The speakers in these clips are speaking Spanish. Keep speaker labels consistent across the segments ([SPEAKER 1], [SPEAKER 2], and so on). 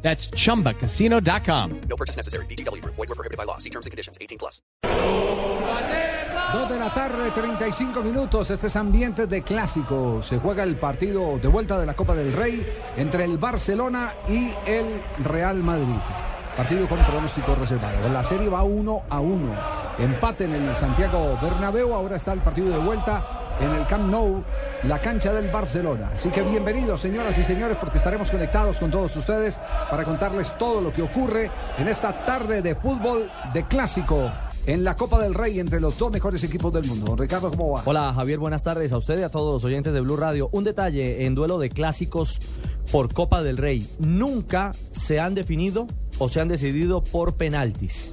[SPEAKER 1] That's chumbacasino.com.
[SPEAKER 2] No purchase necessary. BGW. Void were prohibited by law. See terms and conditions. 18 plus.
[SPEAKER 3] 2 de la tarde, 35 minutos. Este es ambiente de clásico. Se juega el partido de vuelta de la Copa del Rey entre el Barcelona y el Real Madrid. Partido con pronóstico reservado. La serie va 1 a 1. Empate en el Santiago Bernabéu. Ahora está el partido de vuelta en el Camp Nou, la cancha del Barcelona. Así que bienvenidos, señoras y señores, porque estaremos conectados con todos ustedes para contarles todo lo que ocurre en esta tarde de fútbol de clásico en la Copa del Rey entre los dos mejores equipos del mundo. Ricardo, ¿cómo va?
[SPEAKER 4] Hola Javier, buenas tardes a usted y a todos los oyentes de Blue Radio. Un detalle en duelo de clásicos por Copa del Rey. Nunca se han definido o se han decidido por penaltis.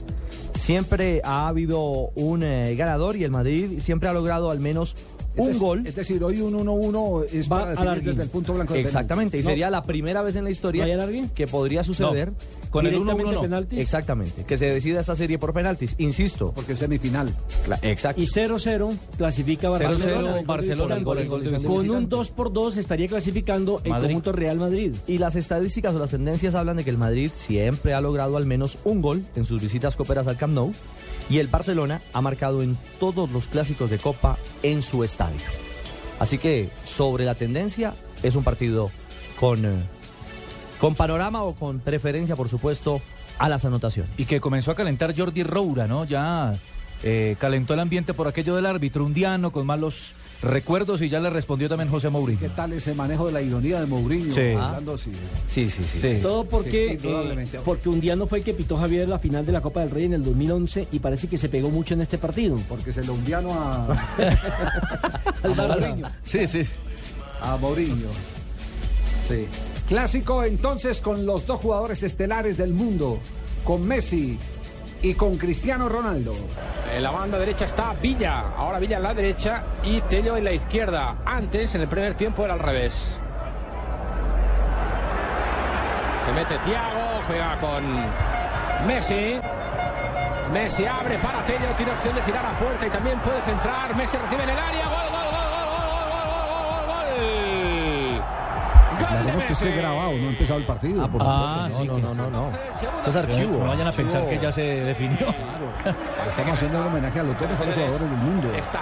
[SPEAKER 4] Siempre ha habido un eh, ganador y el Madrid siempre ha logrado al menos un
[SPEAKER 3] Es-
[SPEAKER 4] gol.
[SPEAKER 3] Es decir, hoy un 1-1 es
[SPEAKER 5] Va
[SPEAKER 3] para
[SPEAKER 5] a
[SPEAKER 3] definir
[SPEAKER 5] Larguín.
[SPEAKER 3] desde el punto blanco. de
[SPEAKER 4] Exactamente, y
[SPEAKER 5] No.
[SPEAKER 4] sería la primera vez en la historia
[SPEAKER 5] ¿No hay alargue?
[SPEAKER 4] que podría suceder
[SPEAKER 5] Con el
[SPEAKER 4] directamente
[SPEAKER 5] 1-1 no.
[SPEAKER 4] penaltis. Exactamente, que se decida esta serie por penaltis, insisto.
[SPEAKER 3] penalti, Porque es semifinal.
[SPEAKER 4] Cla- Exacto.
[SPEAKER 5] Y 0-0 clasifica
[SPEAKER 4] 0-0
[SPEAKER 5] Barcelona.
[SPEAKER 4] Barcelona, el gol, el gol de visitante.
[SPEAKER 5] Con un 2 por 2 estaría clasificando el
[SPEAKER 4] Madrid.
[SPEAKER 5] conjunto Real Madrid.
[SPEAKER 4] Y las estadísticas o las tendencias hablan de que el Madrid siempre ha logrado al menos un gol en sus visitas coperas al Camp Nou y el Barcelona ha marcado en todos los clásicos de Copa en su estadio. Así que sobre la tendencia es un partido con, eh, con panorama o con preferencia, por supuesto, a las anotaciones.
[SPEAKER 6] Y que comenzó a calentar Jordi Roura, ¿no? Ya eh, calentó el ambiente por aquello del árbitro undiano con malos recuerdos y ya le respondió también José
[SPEAKER 3] ¿Qué
[SPEAKER 6] Mourinho.
[SPEAKER 3] tal ese manejo de la ironía de Mourinho?
[SPEAKER 6] Sí.
[SPEAKER 3] Hablando así.
[SPEAKER 4] Sí, sí, sí.
[SPEAKER 6] Sí.
[SPEAKER 5] Todo
[SPEAKER 3] Sí,
[SPEAKER 5] porque,
[SPEAKER 3] indudablemente.
[SPEAKER 5] eh, porque un día no fue el que pitó Javier la final de la Copa del Rey en el 2011 y parece que se pegó mucho en este partido.
[SPEAKER 3] Porque se lo hundiano a,
[SPEAKER 5] Al
[SPEAKER 3] a
[SPEAKER 5] Barça.
[SPEAKER 3] Mourinho.
[SPEAKER 6] Sí, sí.
[SPEAKER 3] A Mourinho. Sí. Clásico entonces con los dos jugadores estelares del mundo, con Messi y con Cristiano Ronaldo.
[SPEAKER 7] En la banda derecha está Villa, ahora Villa en la derecha y Tello en la izquierda. Antes, en el primer tiempo, era al revés. Se mete Thiago, juega con Messi. Messi abre para Tello, tiene opción de girar a puerta y también puede centrar. Messi recibe en el área. Gol, gol, gol, gol, gol, gol, gol, gol, gol, gol. Gol de
[SPEAKER 3] Aclaremos que esté
[SPEAKER 7] Messi.
[SPEAKER 3] grabado, no ha empezado el partido.
[SPEAKER 4] Ah, por
[SPEAKER 6] Ah,
[SPEAKER 4] supuesto.
[SPEAKER 6] sí,
[SPEAKER 4] No,
[SPEAKER 6] que-
[SPEAKER 4] no, no, no, no. Esto es
[SPEAKER 6] No,
[SPEAKER 4] archivo.
[SPEAKER 6] no vayan a pensar que
[SPEAKER 4] Archivo.
[SPEAKER 6] ya se definió.
[SPEAKER 3] Estamos haciendo un homenaje a los dos mejores jugadores del mundo.
[SPEAKER 7] Está,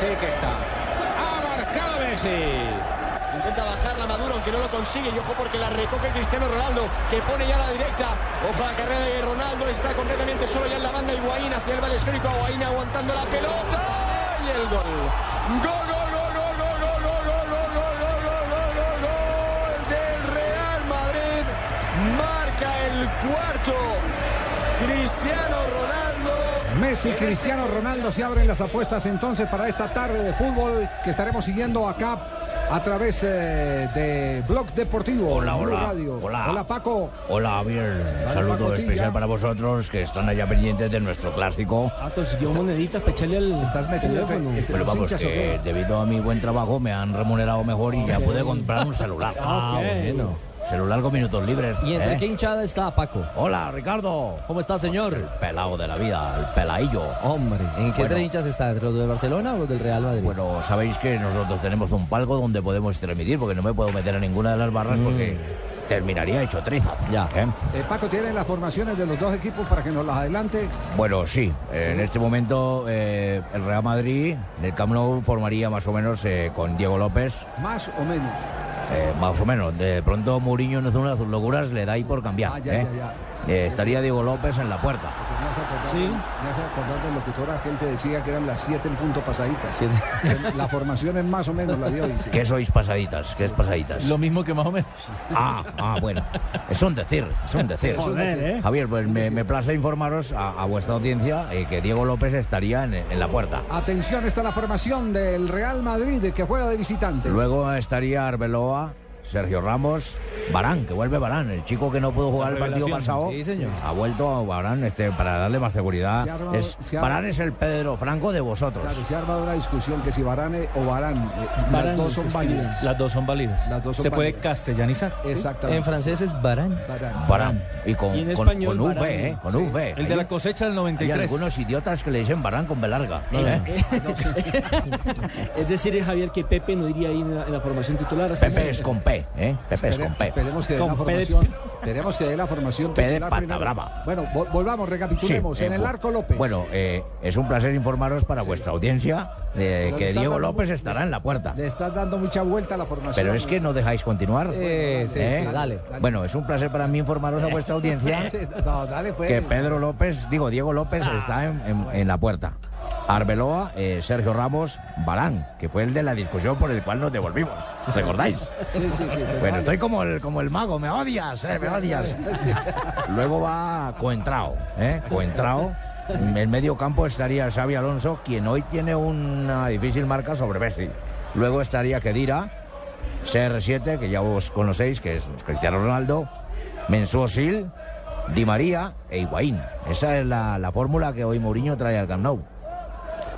[SPEAKER 7] sí que está. Ha marcado Messi.
[SPEAKER 8] Intenta bajarla Maduro, aunque no lo consigue. Y ojo porque la recoge Cristiano Ronaldo, que pone ya la directa. Ojo a la carrera de Ronaldo, está completamente solo ya en la banda. Higuaín hacia el vale esférico. Higuaín aguantando la pelota. Y el gol. Gol, gol, gol, gol, gol, gol, gol, gol, gol, gol, gol, gol, gol, gol, gol del Real Madrid. Marca el cuarto. Cristiano Ronaldo.
[SPEAKER 3] Messi, Cristiano Ronaldo se abren las apuestas entonces para esta tarde de fútbol que estaremos siguiendo acá a través eh, de Blog Deportivo.
[SPEAKER 9] Hola,
[SPEAKER 3] Blue
[SPEAKER 9] hola,
[SPEAKER 3] Radio.
[SPEAKER 9] hola.
[SPEAKER 3] Hola, Paco.
[SPEAKER 9] Hola, Javier.
[SPEAKER 3] Hola,
[SPEAKER 9] Saludo
[SPEAKER 3] Pacotilla.
[SPEAKER 9] especial para vosotros que están allá pendientes de nuestro clásico.
[SPEAKER 5] Ah, consiguió moneditas para echarle al
[SPEAKER 3] Estás metido entre-
[SPEAKER 5] teléfono.
[SPEAKER 3] entre
[SPEAKER 9] Pero
[SPEAKER 3] los
[SPEAKER 9] vamos, eh,
[SPEAKER 3] hinchas, ¿o qué?
[SPEAKER 9] que debido a mi buen trabajo me han remunerado mejor y ya pude comprar un celular.
[SPEAKER 5] Ah, bueno.
[SPEAKER 9] Celular con minutos libres.
[SPEAKER 4] ¿Y entre
[SPEAKER 9] ¿eh?
[SPEAKER 4] qué hinchada está Paco?
[SPEAKER 9] Hola, Ricardo.
[SPEAKER 4] ¿Cómo está, señor?
[SPEAKER 9] El pelado de la vida, el peladillo.
[SPEAKER 4] Hombre, ¿en qué
[SPEAKER 9] Bueno.
[SPEAKER 4] tres hinchas está? ¿Entre los del Barcelona o los del Real Madrid?
[SPEAKER 9] Bueno, sabéis que nosotros tenemos un palco donde podemos transmitir porque no me puedo meter a ninguna de las barras porque
[SPEAKER 4] Mm.
[SPEAKER 9] terminaría hecho triza.
[SPEAKER 4] Ya.
[SPEAKER 9] ¿eh?
[SPEAKER 3] Eh, Paco tiene las formaciones de los dos equipos para que nos las adelante.
[SPEAKER 9] Bueno, sí. eh, En este momento eh, el Real Madrid del Camp Nou formaría más o menos eh, con Diego López,
[SPEAKER 3] Más o menos.
[SPEAKER 9] eh, más o menos. De pronto Mourinho no hace unas locuras, le da ahí por cambiar.
[SPEAKER 3] Ah, ya,
[SPEAKER 9] ¿eh?
[SPEAKER 3] ya,
[SPEAKER 9] Eh, estaría Diego López en la puerta.
[SPEAKER 3] Porque me hace acordar,
[SPEAKER 5] Sí.
[SPEAKER 3] me hace acordar del locutor aquel que decía que eran las 7 en punto pasaditas. La formación es más o menos la de hoy. sí.
[SPEAKER 9] ¿Qué sois pasaditas? ¿Qué es pasaditas?
[SPEAKER 6] Lo mismo que más o menos.
[SPEAKER 9] Ah, ah, bueno. Es un decir, es un decir.
[SPEAKER 5] Joder, ¿eh?
[SPEAKER 9] Javier, pues me, me place informaros a, a vuestra audiencia eh, que Diego López estaría en, en la puerta.
[SPEAKER 3] Atención, está la formación del Real Madrid que juega de visitante.
[SPEAKER 9] Luego estaría Arbeloa, Sergio Ramos, Barán, que vuelve Barán, el chico que no pudo jugar el partido
[SPEAKER 6] revelación.
[SPEAKER 9] pasado,
[SPEAKER 6] Sí, señor.
[SPEAKER 9] ha vuelto a Barán este, para darle más seguridad.
[SPEAKER 3] Se ha armado-
[SPEAKER 9] es,
[SPEAKER 3] se ha-
[SPEAKER 9] Barán es el Pedro Franco de vosotros.
[SPEAKER 3] Claro, se ha armado una discusión que si Barane o Barán, eh, las
[SPEAKER 6] Varane,
[SPEAKER 3] dos son
[SPEAKER 6] es que
[SPEAKER 3] válidas.
[SPEAKER 6] Las dos son válidas.
[SPEAKER 3] Las dos son
[SPEAKER 6] Se puede
[SPEAKER 3] válidas.
[SPEAKER 6] castellanizar.
[SPEAKER 3] Exactamente.
[SPEAKER 4] En francés es Barán.
[SPEAKER 3] Varane.
[SPEAKER 9] Barán. Y con,
[SPEAKER 6] Y en
[SPEAKER 9] con-
[SPEAKER 6] español,
[SPEAKER 9] con
[SPEAKER 6] Varane.
[SPEAKER 9] V, ¿eh? Con
[SPEAKER 6] Sí.
[SPEAKER 9] V.
[SPEAKER 6] El de la cosecha del
[SPEAKER 9] Hay
[SPEAKER 6] 93.
[SPEAKER 9] algunos idiotas que le dicen Barán con B larga.
[SPEAKER 5] Eh,
[SPEAKER 9] ¿eh?
[SPEAKER 5] es decir, eh, Javier, que Pepe no iría ahí en la, en la formación titular. así
[SPEAKER 9] Pepe
[SPEAKER 5] que-
[SPEAKER 9] es con P, ¿eh? Pepe es con
[SPEAKER 3] Espere-
[SPEAKER 9] P.
[SPEAKER 3] Esperemos que dé
[SPEAKER 5] Con
[SPEAKER 3] la
[SPEAKER 5] P de-
[SPEAKER 3] formación. Esperemos que dé la formación.
[SPEAKER 9] P de
[SPEAKER 3] titular
[SPEAKER 9] pata
[SPEAKER 3] primero.
[SPEAKER 9] brava.
[SPEAKER 3] Bueno, vol- volvamos, recapitulemos.
[SPEAKER 9] Sí,
[SPEAKER 3] en
[SPEAKER 9] eh,
[SPEAKER 3] el
[SPEAKER 9] bu-
[SPEAKER 3] arco López.
[SPEAKER 9] Bueno, eh, es un placer informaros para vuestra audiencia de
[SPEAKER 3] Pero le
[SPEAKER 9] que
[SPEAKER 3] estás
[SPEAKER 9] Diego
[SPEAKER 3] dando
[SPEAKER 9] López
[SPEAKER 3] mu-
[SPEAKER 9] estará en la puerta.
[SPEAKER 3] Le estás dando mucha vuelta a la formación.
[SPEAKER 9] Pero es que no dejáis continuar.
[SPEAKER 4] Eh, sí,
[SPEAKER 9] ¿Eh?
[SPEAKER 4] sí, dale.
[SPEAKER 9] Bueno, es un placer para mí informaros a vuestra audiencia
[SPEAKER 3] Sí, No, dale, pues.
[SPEAKER 9] que Pedro López, digo, Diego López está en, en- en la puerta. Arbeloa, eh, Sergio Ramos, Barán, que fue el de la discusión por el cual nos devolvimos. ¿Os acordáis?
[SPEAKER 3] Sí, sí, sí. pero
[SPEAKER 9] Bueno,
[SPEAKER 3] vale.
[SPEAKER 9] estoy como el, como el mago, me odias, eh, me odias. Luego va Coentrao, ¿eh? Coentrao. En el medio campo estaría Xavi Alonso, quien hoy tiene una difícil marca sobre Messi. Luego estaría Kedira, CR7, que ya vos conocéis, que es Cristiano Ronaldo, Mensuosil, Di María e Higuaín. Esa es la, la fórmula que hoy Mourinho trae al Camp Nou.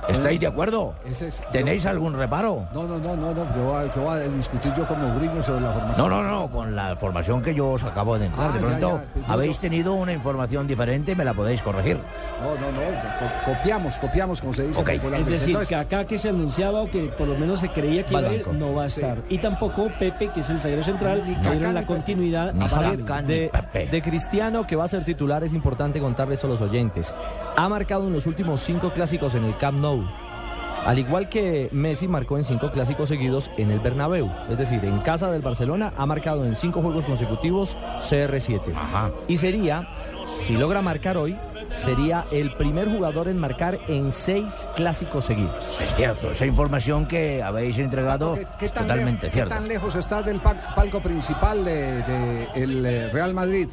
[SPEAKER 9] ¿Estáis de acuerdo?
[SPEAKER 3] Ese es-
[SPEAKER 9] ¿Tenéis algún reparo?
[SPEAKER 3] No, no, no, no, no. Que voy a, que voy a discutir yo con Mourinho sobre la formación.
[SPEAKER 9] No, no, no, con la información que yo os acabo de
[SPEAKER 3] Ah,
[SPEAKER 9] enviar. De
[SPEAKER 3] ya,
[SPEAKER 9] pronto
[SPEAKER 3] ya, pues yo
[SPEAKER 9] habéis
[SPEAKER 3] no-
[SPEAKER 9] tenido una información diferente y me la podéis corregir.
[SPEAKER 3] No, no, no. co- copiamos, copiamos, como se dice
[SPEAKER 9] Ok.
[SPEAKER 5] Es
[SPEAKER 3] popularmente.
[SPEAKER 5] decir,
[SPEAKER 3] Entonces,
[SPEAKER 5] que acá que se anunciaba o que por lo menos se creía que
[SPEAKER 4] Va
[SPEAKER 5] iba a
[SPEAKER 4] al
[SPEAKER 5] ir,
[SPEAKER 4] banco.
[SPEAKER 5] no va a
[SPEAKER 3] Sí.
[SPEAKER 5] estar. Y tampoco Pepe, que es el zaguero central,
[SPEAKER 3] Ni
[SPEAKER 5] que
[SPEAKER 3] Kaká
[SPEAKER 5] dieron
[SPEAKER 3] ni
[SPEAKER 5] la
[SPEAKER 3] Pepe.
[SPEAKER 5] continuidad
[SPEAKER 9] Ni
[SPEAKER 5] a
[SPEAKER 9] Kaká.
[SPEAKER 5] Varane.
[SPEAKER 9] Cani,
[SPEAKER 4] de,
[SPEAKER 9] Pepe.
[SPEAKER 4] de Cristiano, que va a ser titular, es importante contarles a los oyentes. Ha marcado en los últimos cinco clásicos en el Camp Nou. Al igual que Messi marcó en cinco clásicos seguidos en el Bernabéu. Es decir, en casa del Barcelona ha marcado en cinco juegos consecutivos CR7.
[SPEAKER 9] Ajá.
[SPEAKER 4] Y sería, si logra marcar hoy, sería el primer jugador en marcar en seis clásicos seguidos.
[SPEAKER 9] Es cierto, esa información que habéis entregado
[SPEAKER 3] ¿qué- qué
[SPEAKER 9] es
[SPEAKER 3] tan
[SPEAKER 9] totalmente
[SPEAKER 3] lejos- ¿Qué
[SPEAKER 9] cierta.
[SPEAKER 3] tan lejos está del pa- palco principal del de, el, eh, Real Madrid?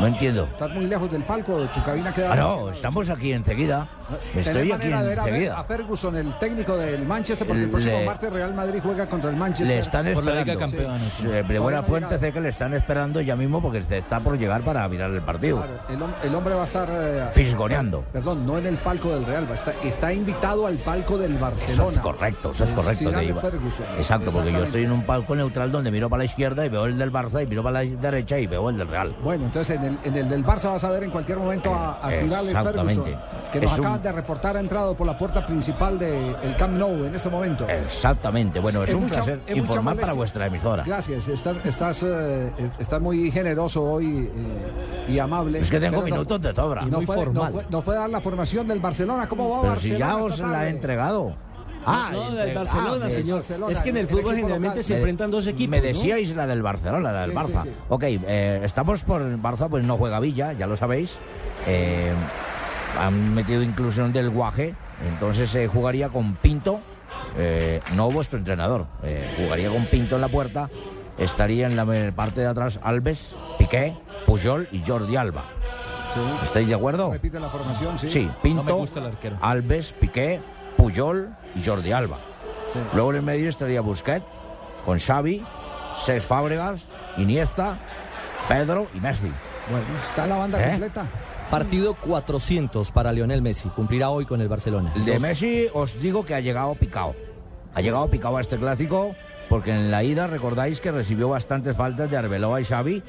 [SPEAKER 9] No entiendo.
[SPEAKER 3] Estás muy lejos del palco, tu cabina queda...
[SPEAKER 9] Ah, no, estamos aquí enseguida.
[SPEAKER 3] Tener
[SPEAKER 9] Estoy aquí
[SPEAKER 3] manera de ver a Fer- a
[SPEAKER 9] enseguida.
[SPEAKER 3] Ferguson, el técnico del Manchester, porque el
[SPEAKER 9] Le-
[SPEAKER 3] próximo martes Real Madrid juega contra el Manchester.
[SPEAKER 9] Le están
[SPEAKER 6] Por la Liga de
[SPEAKER 9] esperando.
[SPEAKER 6] Campeones.
[SPEAKER 9] Sí, eh, De buena fuente sé que le están esperando ya mismo porque se está por llegar para mirar el partido.
[SPEAKER 3] Claro, el, hom- el hombre va a estar... eh,
[SPEAKER 9] Fisgoneando.
[SPEAKER 3] Perdón, no en el palco del Real, va a estar- está invitado al palco del Barcelona.
[SPEAKER 9] Eso es correcto, eso es
[SPEAKER 3] Eh,
[SPEAKER 9] correcto.
[SPEAKER 3] Sir
[SPEAKER 9] te
[SPEAKER 3] Alex
[SPEAKER 9] iba.
[SPEAKER 3] Ferguson.
[SPEAKER 9] Exacto, porque yo
[SPEAKER 3] Exactamente.
[SPEAKER 9] estoy en un palco neutral donde miro para la izquierda y veo el del Barça y miro para la derecha y veo el del Real.
[SPEAKER 3] Bueno, entonces en el, en el del Barça vas a ver en cualquier momento a, a Sir Alex
[SPEAKER 9] Eh, Exactamente.
[SPEAKER 3] Ferguson, que nos
[SPEAKER 9] Es un-
[SPEAKER 3] acaban de reportar ha entrado por la puerta principal del Camp Nou en este momento.
[SPEAKER 9] Exactamente. Bueno, es, un
[SPEAKER 3] mucha-
[SPEAKER 9] placer
[SPEAKER 3] es mucha
[SPEAKER 9] informar
[SPEAKER 3] molestia.
[SPEAKER 9] para vuestra emisora.
[SPEAKER 3] Gracias, estás, estás, eh, estás muy generoso hoy eh, y amable.
[SPEAKER 9] Es que tengo
[SPEAKER 3] Pero no-
[SPEAKER 9] minutos de sobra.
[SPEAKER 3] No
[SPEAKER 9] Muy
[SPEAKER 3] puede, no
[SPEAKER 9] formal.
[SPEAKER 3] puede- no puede dar la formación del Barcelona. ¿Cómo va
[SPEAKER 9] Pero si
[SPEAKER 3] Barcelona?
[SPEAKER 9] ya os
[SPEAKER 3] esta
[SPEAKER 9] la he
[SPEAKER 3] tarde?
[SPEAKER 9] entregado. Ah,
[SPEAKER 5] no,
[SPEAKER 9] entre-
[SPEAKER 5] del Barcelona,
[SPEAKER 9] ah, de-
[SPEAKER 5] señor.
[SPEAKER 3] Barcelona,
[SPEAKER 5] es que en
[SPEAKER 3] el
[SPEAKER 5] el fútbol
[SPEAKER 3] equipo
[SPEAKER 5] generalmente
[SPEAKER 3] local.
[SPEAKER 5] se
[SPEAKER 3] Me-
[SPEAKER 5] enfrentan dos equipos.
[SPEAKER 9] Me
[SPEAKER 5] ¿no?
[SPEAKER 9] decíais la del Barcelona, la del
[SPEAKER 3] Sí,
[SPEAKER 9] Barça.
[SPEAKER 3] sí, sí.
[SPEAKER 9] Ok, eh, estamos por el Barça, pues no juega Villa, ya lo sabéis. Eh, han metido inclusión del Guaje, entonces eh, jugaría con Pinto, eh, no vuestro entrenador, eh, jugaría con Pinto en la puerta. Estaría en la eh, parte de atrás Alves, Piqué, Puyol y Jordi Alba.
[SPEAKER 3] Sí.
[SPEAKER 9] ¿Estáis de acuerdo?
[SPEAKER 3] Repite la formación, sí.
[SPEAKER 9] Sí,
[SPEAKER 6] No me
[SPEAKER 9] Pinto,
[SPEAKER 6] gusta el arquero.
[SPEAKER 9] Alves, Piqué, Puyol y Jordi Alba.
[SPEAKER 3] Sí.
[SPEAKER 9] Luego en el medio estaría Busquets con Xavi, Cesc Fábregas, Iniesta, Pedro y Messi.
[SPEAKER 3] Bueno, está la banda
[SPEAKER 9] ¿Eh?
[SPEAKER 3] completa.
[SPEAKER 4] Partido 400 para Lionel Messi. Cumplirá hoy con el Barcelona.
[SPEAKER 9] El de
[SPEAKER 4] Los-
[SPEAKER 9] Messi os digo que ha llegado picado. Ha llegado picado a este clásico porque en la ida recordáis que recibió bastantes faltas de Arbeloa y Xavi.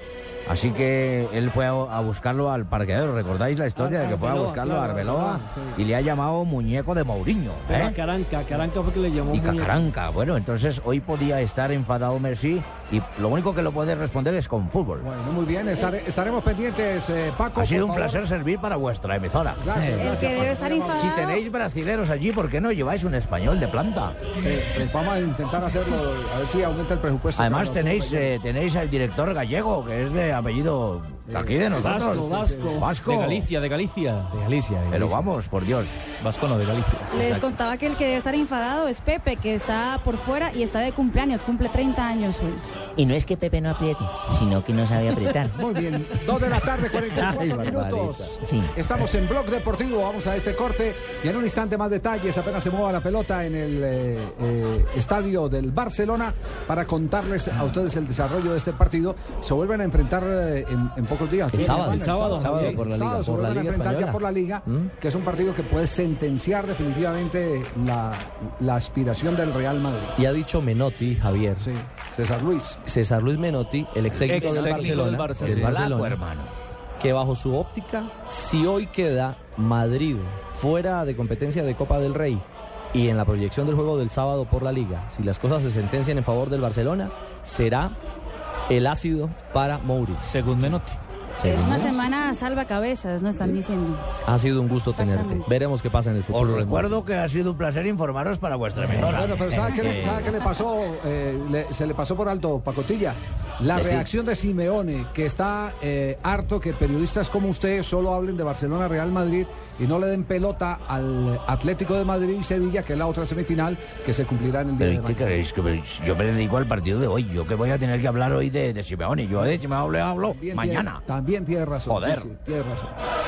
[SPEAKER 9] Así que él fue a, a buscarlo al parqueadero. ¿Recordáis la historia
[SPEAKER 5] Ah,
[SPEAKER 9] de que fue a
[SPEAKER 5] Arbeloa,
[SPEAKER 9] buscarlo a
[SPEAKER 5] claro,
[SPEAKER 9] Arbeloa?
[SPEAKER 3] Arbeloa, sí.
[SPEAKER 9] Y le ha llamado muñeco de Mourinho.
[SPEAKER 5] Pero
[SPEAKER 9] ¿eh?
[SPEAKER 5] a Caranca, Caranca fue que le
[SPEAKER 3] Oh,
[SPEAKER 5] llamó
[SPEAKER 9] Y
[SPEAKER 5] muy-
[SPEAKER 9] Cacaranca, bueno, entonces hoy podía estar enfadado Messi y lo único que lo puede responder es con fútbol.
[SPEAKER 3] Bueno, muy bien, estare- estaremos pendientes, eh, Paco.
[SPEAKER 9] Ha sido
[SPEAKER 3] por
[SPEAKER 9] un
[SPEAKER 3] favor.
[SPEAKER 9] placer servir para vuestra emisora.
[SPEAKER 3] Gracias.
[SPEAKER 9] Eh,
[SPEAKER 3] gracias,
[SPEAKER 10] que debe
[SPEAKER 3] Paco.
[SPEAKER 10] estar
[SPEAKER 3] Muy amable.
[SPEAKER 9] Si tenéis brasileros allí, ¿por qué no lleváis un español de planta?
[SPEAKER 3] Sí, pues vamos a intentar hacerlo, a ver si aumenta el presupuesto.
[SPEAKER 9] Además
[SPEAKER 3] Claro,
[SPEAKER 9] tenéis eh, tenéis al director gallego, que es de apellido aquí de
[SPEAKER 5] Vasco,
[SPEAKER 9] nosotros.
[SPEAKER 5] Vasco.
[SPEAKER 9] Vasco.
[SPEAKER 6] De Galicia, de Galicia.
[SPEAKER 4] de Galicia. de
[SPEAKER 9] Pero
[SPEAKER 4] Galicia.
[SPEAKER 9] vamos, por Dios.
[SPEAKER 6] Vasco no, de Galicia.
[SPEAKER 10] Les
[SPEAKER 6] Exacto.
[SPEAKER 10] contaba que el que debe estar enfadado es Pepe, que está por fuera y está de cumpleaños, cumple 30 años hoy. Y no es que Pepe no apriete, sino que no sabe apretar.
[SPEAKER 3] Muy bien, 2 de la tarde, 44
[SPEAKER 4] Ay,
[SPEAKER 3] minutos.
[SPEAKER 10] Sí.
[SPEAKER 3] Estamos en Blog Deportivo, vamos a este corte y en un instante más detalles, apenas se mueva la pelota en el eh, eh, estadio del Barcelona para contarles a ustedes el desarrollo de este partido. Se vuelven a enfrentar eh, en, en pocos días.
[SPEAKER 4] El sábado,
[SPEAKER 3] El
[SPEAKER 4] el
[SPEAKER 3] sábado,
[SPEAKER 4] sábado,
[SPEAKER 3] sí,
[SPEAKER 4] sábado por la
[SPEAKER 3] el
[SPEAKER 4] Liga,
[SPEAKER 3] sábado se
[SPEAKER 4] por la
[SPEAKER 3] vuelven a
[SPEAKER 4] Liga
[SPEAKER 3] enfrentar ya
[SPEAKER 4] Española.
[SPEAKER 3] por la Liga,
[SPEAKER 4] ¿Mm?
[SPEAKER 3] que es un partido que puede sentenciar definitivamente la, la aspiración del Real Madrid.
[SPEAKER 4] Y ha dicho Menotti, Javier.
[SPEAKER 3] Sí, César Luis.
[SPEAKER 4] César Luis Menotti, el ex técnico,
[SPEAKER 6] Ex
[SPEAKER 4] del,
[SPEAKER 6] técnico
[SPEAKER 4] Barcelona,
[SPEAKER 6] del Barça,
[SPEAKER 4] del
[SPEAKER 6] sí.
[SPEAKER 4] Barcelona,
[SPEAKER 9] Flaco, hermano.
[SPEAKER 4] que bajo su óptica, si hoy queda Madrid fuera de competencia de Copa del Rey y en la proyección del juego del sábado por la liga, si las cosas se sentencian en favor del Barcelona, será el ácido para Mauricio.
[SPEAKER 6] Según Menotti.
[SPEAKER 11] Es una semana salva cabezas, nos están diciendo.
[SPEAKER 4] Ha sido un gusto tenerte.
[SPEAKER 11] Exactamente.
[SPEAKER 4] Veremos qué pasa en el
[SPEAKER 9] Os
[SPEAKER 4] futuro.
[SPEAKER 9] recuerdo que ha sido un placer informaros para vuestra emisora.
[SPEAKER 3] Bueno, pero ¿sabe qué le,
[SPEAKER 9] Eh,
[SPEAKER 3] sabe qué le pasó? Eh, le- se le pasó por alto, Pacotilla. La
[SPEAKER 9] Decí.
[SPEAKER 3] reacción de Simeone, que está eh, harto que periodistas como usted solo hablen de Barcelona, Real Madrid y no le den pelota al Atlético de Madrid y Sevilla, que es la otra semifinal que se cumplirá en el día
[SPEAKER 9] Pero ¿y
[SPEAKER 3] de
[SPEAKER 9] qué
[SPEAKER 3] mañana.
[SPEAKER 9] queréis? Que me- Yo me dedico al partido de hoy. Yo que voy a tener que hablar hoy de, de Simeone. Yo de Simeone hablo
[SPEAKER 3] También tiene-
[SPEAKER 9] mañana.
[SPEAKER 3] también tiene razón.
[SPEAKER 9] Joder.
[SPEAKER 3] sí, sí, tiene razón.